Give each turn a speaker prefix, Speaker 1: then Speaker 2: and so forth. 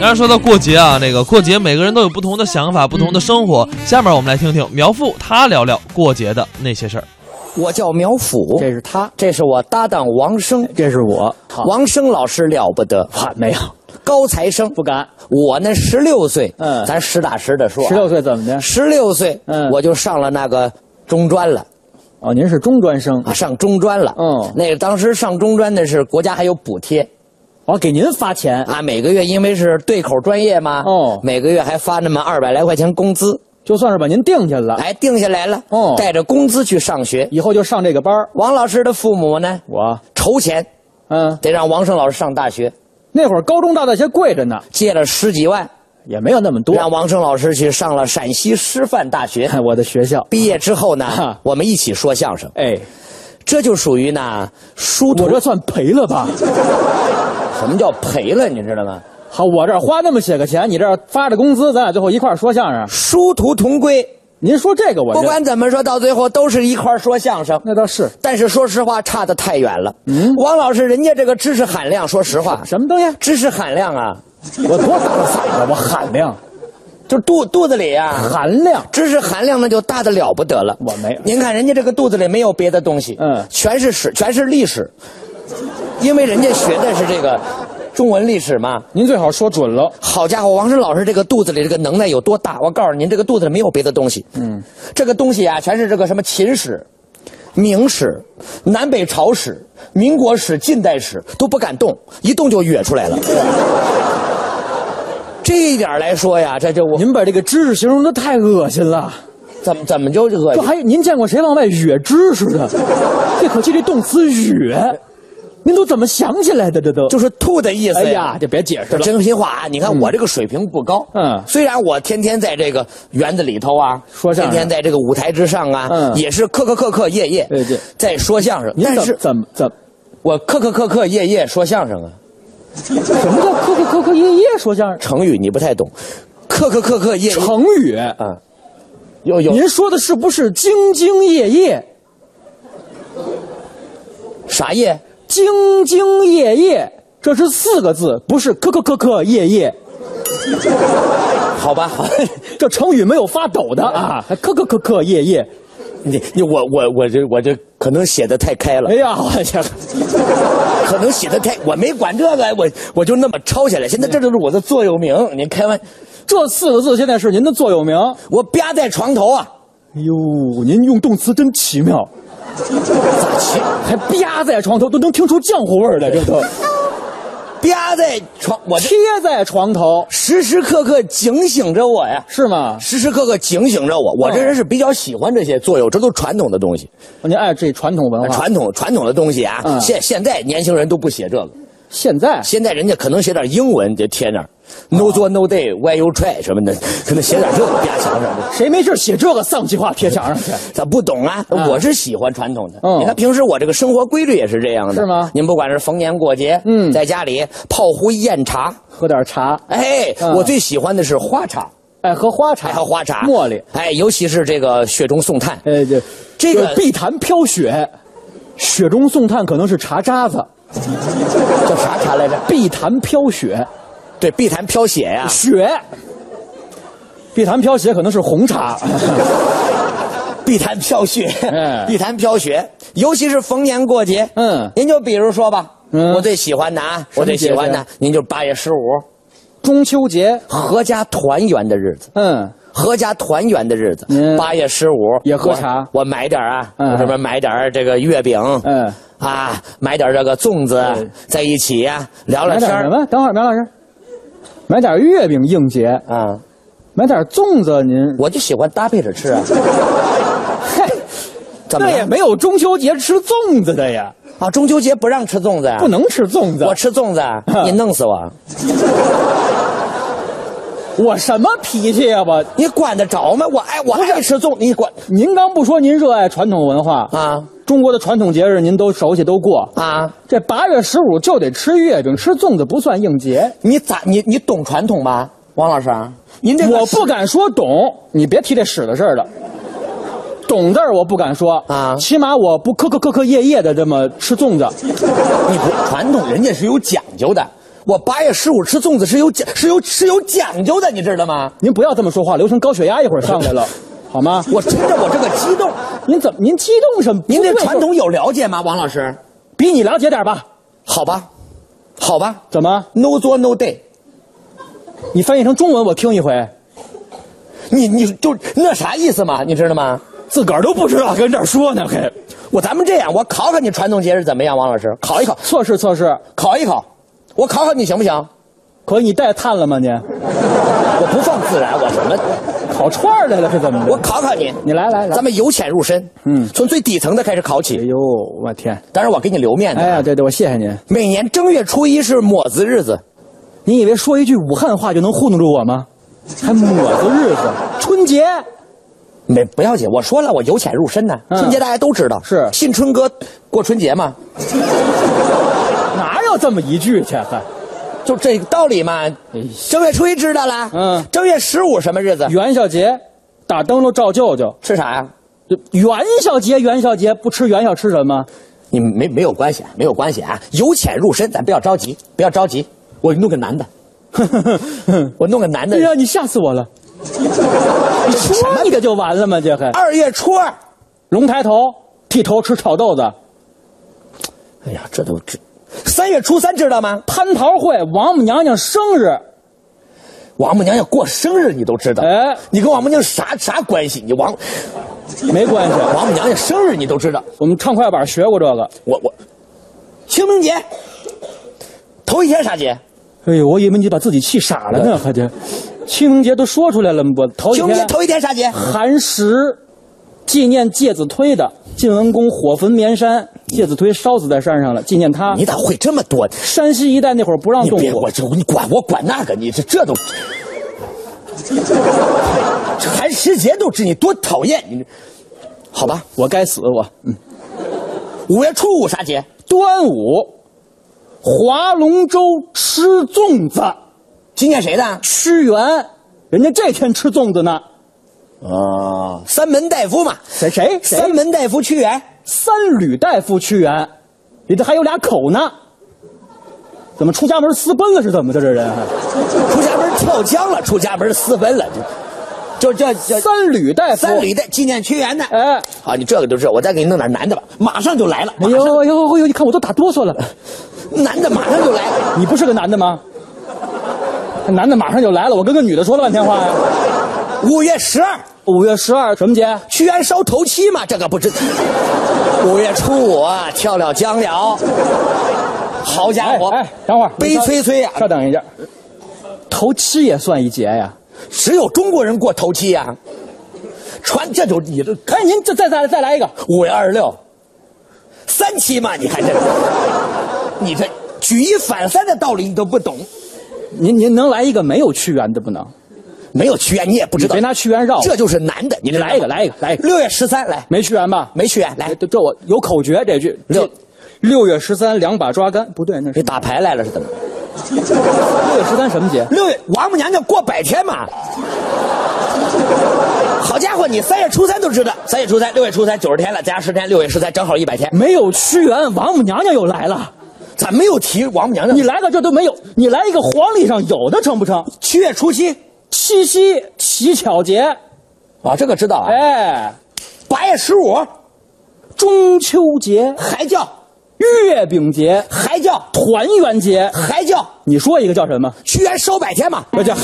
Speaker 1: 然后说到过节啊，那个过节每个人都有不同的想法，不同的生活。下面我们来听听苗阜他聊聊过节的那些事儿。
Speaker 2: 我叫苗阜，
Speaker 3: 这是他，
Speaker 2: 这是我搭档王生，
Speaker 3: 这是我。好，
Speaker 2: 王生老师了不得，
Speaker 3: 哇没有，
Speaker 2: 高材生。
Speaker 3: 不敢。
Speaker 2: 我呢，十六岁，
Speaker 3: 嗯
Speaker 2: 咱实打实的说、啊
Speaker 3: 十六，岁怎么的？
Speaker 2: 十六岁，
Speaker 3: 嗯
Speaker 2: 我就上了那个中专了。
Speaker 3: 哦，您是中专生
Speaker 2: 啊，，上中专了。
Speaker 3: 嗯
Speaker 2: 那个当时上中专的是国家还有补贴
Speaker 3: 我、给您发钱，
Speaker 2: 啊，每个月因为是对口专业嘛，
Speaker 3: 哦
Speaker 2: 每个月还发那么二百来块钱工资，
Speaker 3: 就算是把您定下了，
Speaker 2: 哎，定下来了，
Speaker 3: 啊哦
Speaker 2: 带着工资去上学。
Speaker 3: 以后就上这个班儿
Speaker 2: 王老师的父母呢，
Speaker 3: 我，
Speaker 2: 筹钱
Speaker 3: 嗯，
Speaker 2: 得让王胜老师上大学，
Speaker 3: 那会儿高中大大些贵着呢，
Speaker 2: 借了十几万，
Speaker 3: 也没有那么多。
Speaker 2: 让王胜老师去上了陕西师范大 学。
Speaker 3: 看我的学校，
Speaker 2: 毕业之后呢
Speaker 3: 哈，
Speaker 2: 我们一起说相声，
Speaker 3: 哎，
Speaker 2: 这就属于呢殊途
Speaker 3: 我这算赔了 吧？
Speaker 2: 什么叫赔了，你知道吗？
Speaker 3: 好，我这儿花那么些个钱，你这儿发着工资，咱俩最后一块儿说相声。
Speaker 2: 殊途同归。
Speaker 3: 您说这个我
Speaker 2: 不
Speaker 3: 这
Speaker 2: 管怎么说，到最后都是一块儿说相声。
Speaker 3: 那倒是
Speaker 2: 但是说实话，差得太远了。嗯，王老师，人家这个知识含量，说实话，
Speaker 3: 什么东西？
Speaker 2: 知识含量啊，
Speaker 3: 我多大的嗓子，我喊量，
Speaker 2: 就肚肚子里啊，
Speaker 3: 含量。
Speaker 2: 知识含量那就大的了不得了。
Speaker 3: 我没有
Speaker 2: 您看人家这个肚子里没有别的东西，
Speaker 3: 嗯
Speaker 2: 全是史，全是历史，因为人家学的是这个中文历史嘛。
Speaker 3: 您最好说准了。
Speaker 2: 好家伙，王石老师这个肚子里这个能耐有多大？我告诉您，这个肚子里没有别的东西。嗯，这个东西啊，全是这个什么秦史、明史、南北朝史、民国史、近代史都不敢动，一动就哕出来 了。这一点来说呀，这就我
Speaker 3: 您把这个知识形容的太恶心了，
Speaker 2: 怎么怎么就恶
Speaker 3: 就
Speaker 2: 心？
Speaker 3: 还有您见过谁往外哕知识的？ 最可气这动词哕，您都怎么想起来的？这都
Speaker 2: 就是吐的意思
Speaker 3: 哎呀，就别解释
Speaker 2: 这
Speaker 3: 了。
Speaker 2: 真心话啊！你看我这个水平不高，
Speaker 3: 嗯
Speaker 2: 虽然我天天在这个园子里头啊，
Speaker 3: 说相
Speaker 2: 天天
Speaker 3: 声
Speaker 2: 在这个舞台之上啊，
Speaker 3: 嗯
Speaker 2: 也是刻刻刻刻夜夜，
Speaker 3: 对对
Speaker 2: 在说相声。
Speaker 3: 您
Speaker 2: 但
Speaker 3: 怎
Speaker 2: 是
Speaker 3: 怎么怎么
Speaker 2: 我刻刻刻刻夜夜说相声啊，
Speaker 3: 什么叫磕磕磕磕噎噎说相声？
Speaker 2: 成语你不太懂，刻刻刻刻夜夜，
Speaker 3: 成语，
Speaker 2: 嗯，有有
Speaker 3: 您说的是不是兢兢业业？
Speaker 2: 啥夜？
Speaker 3: 兢兢业业，这是四个字，不是磕磕磕磕噎噎。
Speaker 2: 好吧，好，
Speaker 3: 这成语没有发抖的啊，还磕磕磕磕噎噎。
Speaker 2: 你你我我我这我这可能写的太开了
Speaker 3: 哎，呀，我去，
Speaker 2: 可能写的太，我没管这个，我我就那么抄下来。现在这就是我的座右铭，您开玩，
Speaker 3: 这四个字现在是您的座右铭。
Speaker 2: 我啪在床头啊。
Speaker 3: 哎呦，您用动词真奇妙，
Speaker 2: 咋起？
Speaker 3: 还吧在床头都能听出浆糊味儿来，这都
Speaker 2: 啪在床，我这
Speaker 3: 贴在床头
Speaker 2: 时时刻刻警醒着我呀，
Speaker 3: 是吗？
Speaker 2: 时时刻刻警醒着我。我这人是比较喜欢这些作用，这都传统的东西，
Speaker 3: 您爱这哎传统文化，
Speaker 2: 传统传统的东西啊。
Speaker 3: 啊嗯
Speaker 2: 现现在年轻人都不写这个，
Speaker 3: 现在
Speaker 2: 现在人家可能写点英文就贴
Speaker 3: 啊
Speaker 2: 那儿，No 做 No day why you try 什么的，可能写点这个啪墙上 的。
Speaker 3: 谁没事写这个丧气话贴墙上去？
Speaker 2: 咱不懂啊，
Speaker 3: 嗯
Speaker 2: 我是喜欢传统的。
Speaker 3: 嗯
Speaker 2: 你看平时我这个生活规律也是这样的，
Speaker 3: 是吗
Speaker 2: 您不管是逢年过节，
Speaker 3: 嗯
Speaker 2: 在家里泡壶艳茶，
Speaker 3: 喝点茶，
Speaker 2: 哎，
Speaker 3: 嗯
Speaker 2: 我最喜欢的是花茶。
Speaker 3: 爱喝哎花茶，
Speaker 2: 还有花茶、
Speaker 3: 茉莉，，
Speaker 2: 哎，尤其是这个雪中送炭，
Speaker 3: 哎，这
Speaker 2: 这个
Speaker 3: 有碧潭飘雪，雪中送炭可能是茶渣子，
Speaker 2: 叫啥茶来着？
Speaker 3: 碧潭飘雪，
Speaker 2: 对，碧潭飘雪呀、
Speaker 3: 雪，碧潭飘雪可能是红茶，
Speaker 2: 碧潭飘雪，
Speaker 3: 哎
Speaker 2: 嗯碧潭飘雪，尤其是逢年过节，
Speaker 3: 嗯
Speaker 2: 您就比如说吧，
Speaker 3: 嗯
Speaker 2: 我最喜欢的啊，
Speaker 3: 什
Speaker 2: 我
Speaker 3: 么
Speaker 2: 最喜欢
Speaker 3: 节
Speaker 2: 的，您就八月十五，
Speaker 3: 中秋节，
Speaker 2: 合家团圆的日子。
Speaker 3: 嗯，
Speaker 2: 合家团圆的日子
Speaker 3: 嗯，
Speaker 2: 八月十五
Speaker 3: 也喝茶
Speaker 2: 我，我买点儿啊，
Speaker 3: 嗯
Speaker 2: 我这边买点儿这个月饼，
Speaker 3: 嗯，
Speaker 2: 啊，买点儿这个粽子，在一起呀、聊聊
Speaker 3: 买
Speaker 2: 天
Speaker 3: 点
Speaker 2: 儿
Speaker 3: 什么？等会儿，苗老师，买点月饼应节，
Speaker 2: 啊，
Speaker 3: 买点粽子，您
Speaker 2: 我就喜欢搭配着吃 啊。
Speaker 3: 嘿，
Speaker 2: 怎么
Speaker 3: 那也
Speaker 2: 了？
Speaker 3: 没有中秋节吃粽子的呀，
Speaker 2: 啊，中秋节不让吃粽子啊？
Speaker 3: 不，能吃粽子。
Speaker 2: 我吃粽子 啊，你弄死我，
Speaker 3: 我什么脾气呀、我
Speaker 2: 你管得着吗？我哎爱我爱吃粽，你管
Speaker 3: 您刚不说您热爱传统文化
Speaker 2: 啊？
Speaker 3: 中国的传统节日您都熟悉都过，
Speaker 2: 啊？
Speaker 3: 这八月十五就得吃月饼，吃粽子不算应节。
Speaker 2: 你咋你你懂传统吗，王老师？啊您这个
Speaker 3: 我不敢说懂，你别提这屎的事儿了。懂字儿我不敢说
Speaker 2: 啊
Speaker 3: 起码我不磕磕磕磕夜夜的这么吃粽子。
Speaker 2: 你不传统，人家是有讲究的。我八月十五吃粽子是有讲是有是有讲究的，你知道吗？
Speaker 3: 您不要这么说话，留成高血压一会儿上 来了，好吗？
Speaker 2: 我趁着我这个激 动，
Speaker 3: 您怎么您激动什么？
Speaker 2: 您对
Speaker 3: 不会
Speaker 2: 传统有了解吗，王老师？
Speaker 3: 比你了解点吧？
Speaker 2: 好吧，好吧
Speaker 3: 怎么？
Speaker 2: ，No 做 No day，
Speaker 3: 你翻译成中文我听一回，
Speaker 2: 你你就那啥意思嘛？你知道吗？
Speaker 3: 自个儿都不知道跟这儿说呢，还
Speaker 2: 我咱们这样，我考考你传统节日怎么样，王老师？考一考，
Speaker 3: 测试测试。
Speaker 2: 考一考，我考考你行不行？
Speaker 3: 可你带炭了吗你？
Speaker 2: 我不放自然，我什么？
Speaker 3: 烤串儿来了是怎么
Speaker 2: 我
Speaker 3: 着？
Speaker 2: 考考你，
Speaker 3: 你来来来，
Speaker 2: 咱们由浅入深，嗯，从最底层的开始考
Speaker 3: 哎
Speaker 2: 起。
Speaker 3: 呦我天！
Speaker 2: 当然，我给你留面子。
Speaker 3: 哎呀，对对，我谢谢您。
Speaker 2: 每年正月初一是抹子日子，
Speaker 3: 你以为说一句武汉话就能糊弄住我吗？还抹子日子，春节
Speaker 2: 没不要紧，我说了，我由浅入深呢。
Speaker 3: 嗯
Speaker 2: 春节大家都知道，
Speaker 3: 是
Speaker 2: 信春哥过春节嘛，
Speaker 3: 哪有这么一句去？还
Speaker 2: 就这个道理嘛。正月初一知道了，
Speaker 3: 哎嗯
Speaker 2: 正月十五什么日子？
Speaker 3: 元宵节打灯笼照舅舅，
Speaker 2: 吃啥呀？
Speaker 3: 这元宵节元宵节不吃元宵吃什么？
Speaker 2: 你没没有关系啊，没有关系啊，由浅入深，咱不要着急，不要着急，我弄个男 的，我弄个男的
Speaker 3: 哎。呀，你吓死我了！你说一个就完了吗？这还
Speaker 2: 二月初二，
Speaker 3: 龙抬头剃头吃炒豆子，
Speaker 2: 哎呀，这都知。三月初三知道吗？
Speaker 3: 蟠桃会王母娘娘生日，
Speaker 2: 王母娘娘过生日你都知道，
Speaker 3: 哎
Speaker 2: 你跟王母娘娘啥啥关系？你王
Speaker 3: 没关系，
Speaker 2: 王母娘娘生日你都知道，
Speaker 3: 我们唱快板学过这个。
Speaker 2: 我我，清明节，头一天啥节？
Speaker 3: 哎呦，我以为你把自己气傻了呢，还这清明节都说出来了吗？我头一
Speaker 2: 清明节
Speaker 3: 天
Speaker 2: 头一天啥节？
Speaker 3: 寒食纪念介子推的晋文公火焚绵山，介子推烧死在山上了，纪念他
Speaker 2: 你。咋会这么多？
Speaker 3: 山西一带那会儿不让
Speaker 2: 你
Speaker 3: 动
Speaker 2: 别
Speaker 3: 火，
Speaker 2: 我这你管我管那个，你这这都， 这寒食节都知你多讨厌你，好吧？
Speaker 3: 我该死我。嗯
Speaker 2: 五月初五啥节？
Speaker 3: 端午，划龙舟吃粽子，
Speaker 2: 今年谁的？啊、
Speaker 3: 屈原，人家这天吃粽子呢。
Speaker 2: 三门大夫嘛，
Speaker 3: 谁谁谁？
Speaker 2: 三门大夫屈原。
Speaker 3: 三吕大夫屈原，里头还有俩口呢。怎么出家门私奔了是怎么的？这人还。啊
Speaker 2: 出家门跳江了，出家门私奔了，就就这这
Speaker 3: 三吕大夫，
Speaker 2: 三里的纪念屈原的。
Speaker 3: 哎，
Speaker 2: 好，你这个就是，我再给你弄点男的吧，马上就来了，
Speaker 3: 哎呦哎呦哎呦！你看我都打哆嗦了。
Speaker 2: 男的马上就来了。
Speaker 3: 你不是个男的吗？这男的马上就来了，我跟个女的说了半天话呀。
Speaker 2: 五月十二，
Speaker 3: 五月十二什么节？
Speaker 2: 屈原烧头七嘛，这个不知。五月初五啊，跳了江了，好家伙，
Speaker 3: 哎，哎等会儿，
Speaker 2: 悲催催啊，
Speaker 3: 稍等一下，头七也算一节呀？
Speaker 2: 只有中国人过头七呀、传这就你这
Speaker 3: 哎，您再再再再来一个，
Speaker 2: 五月二十六，三七嘛，你看这，你这举一反三的道理你都不懂。
Speaker 3: 您您能来一个没有屈原的不能？
Speaker 2: 没有屈原，你也不知
Speaker 3: 你
Speaker 2: 道。
Speaker 3: 别拿屈原绕我，
Speaker 2: 这就是男的。你
Speaker 3: 你来一个，来一个，来一个，
Speaker 2: 六月十三来，
Speaker 3: 没屈原吧？
Speaker 2: 没屈原来
Speaker 3: 哎，，这这我有口诀这句
Speaker 2: 六
Speaker 3: 六月十三两把抓干，不对，那
Speaker 2: 你
Speaker 3: 是
Speaker 2: 打牌来了是怎么？
Speaker 3: 六月十三什么节？
Speaker 2: 六月王母娘娘过百天嘛。 好家伙，你三月初三都知道，三月初三、六月初三九十天了，加十天，六月十三正好一百天。
Speaker 3: 没有屈原，王母娘娘又来了。
Speaker 2: 咱没有提王母娘娘
Speaker 3: 你。来个这都没有，你来一个黄历上有的成不成？
Speaker 2: 七月初七
Speaker 3: 七夕乞巧节，
Speaker 2: 啊，这个知道啊。
Speaker 3: 哎，
Speaker 2: 八月十五
Speaker 3: 中秋节、
Speaker 2: 还叫
Speaker 3: 月饼节、
Speaker 2: 还叫
Speaker 3: 团圆节，
Speaker 2: 还叫
Speaker 3: 你说一个叫什么？
Speaker 2: 屈原烧百天嘛。
Speaker 3: 那叫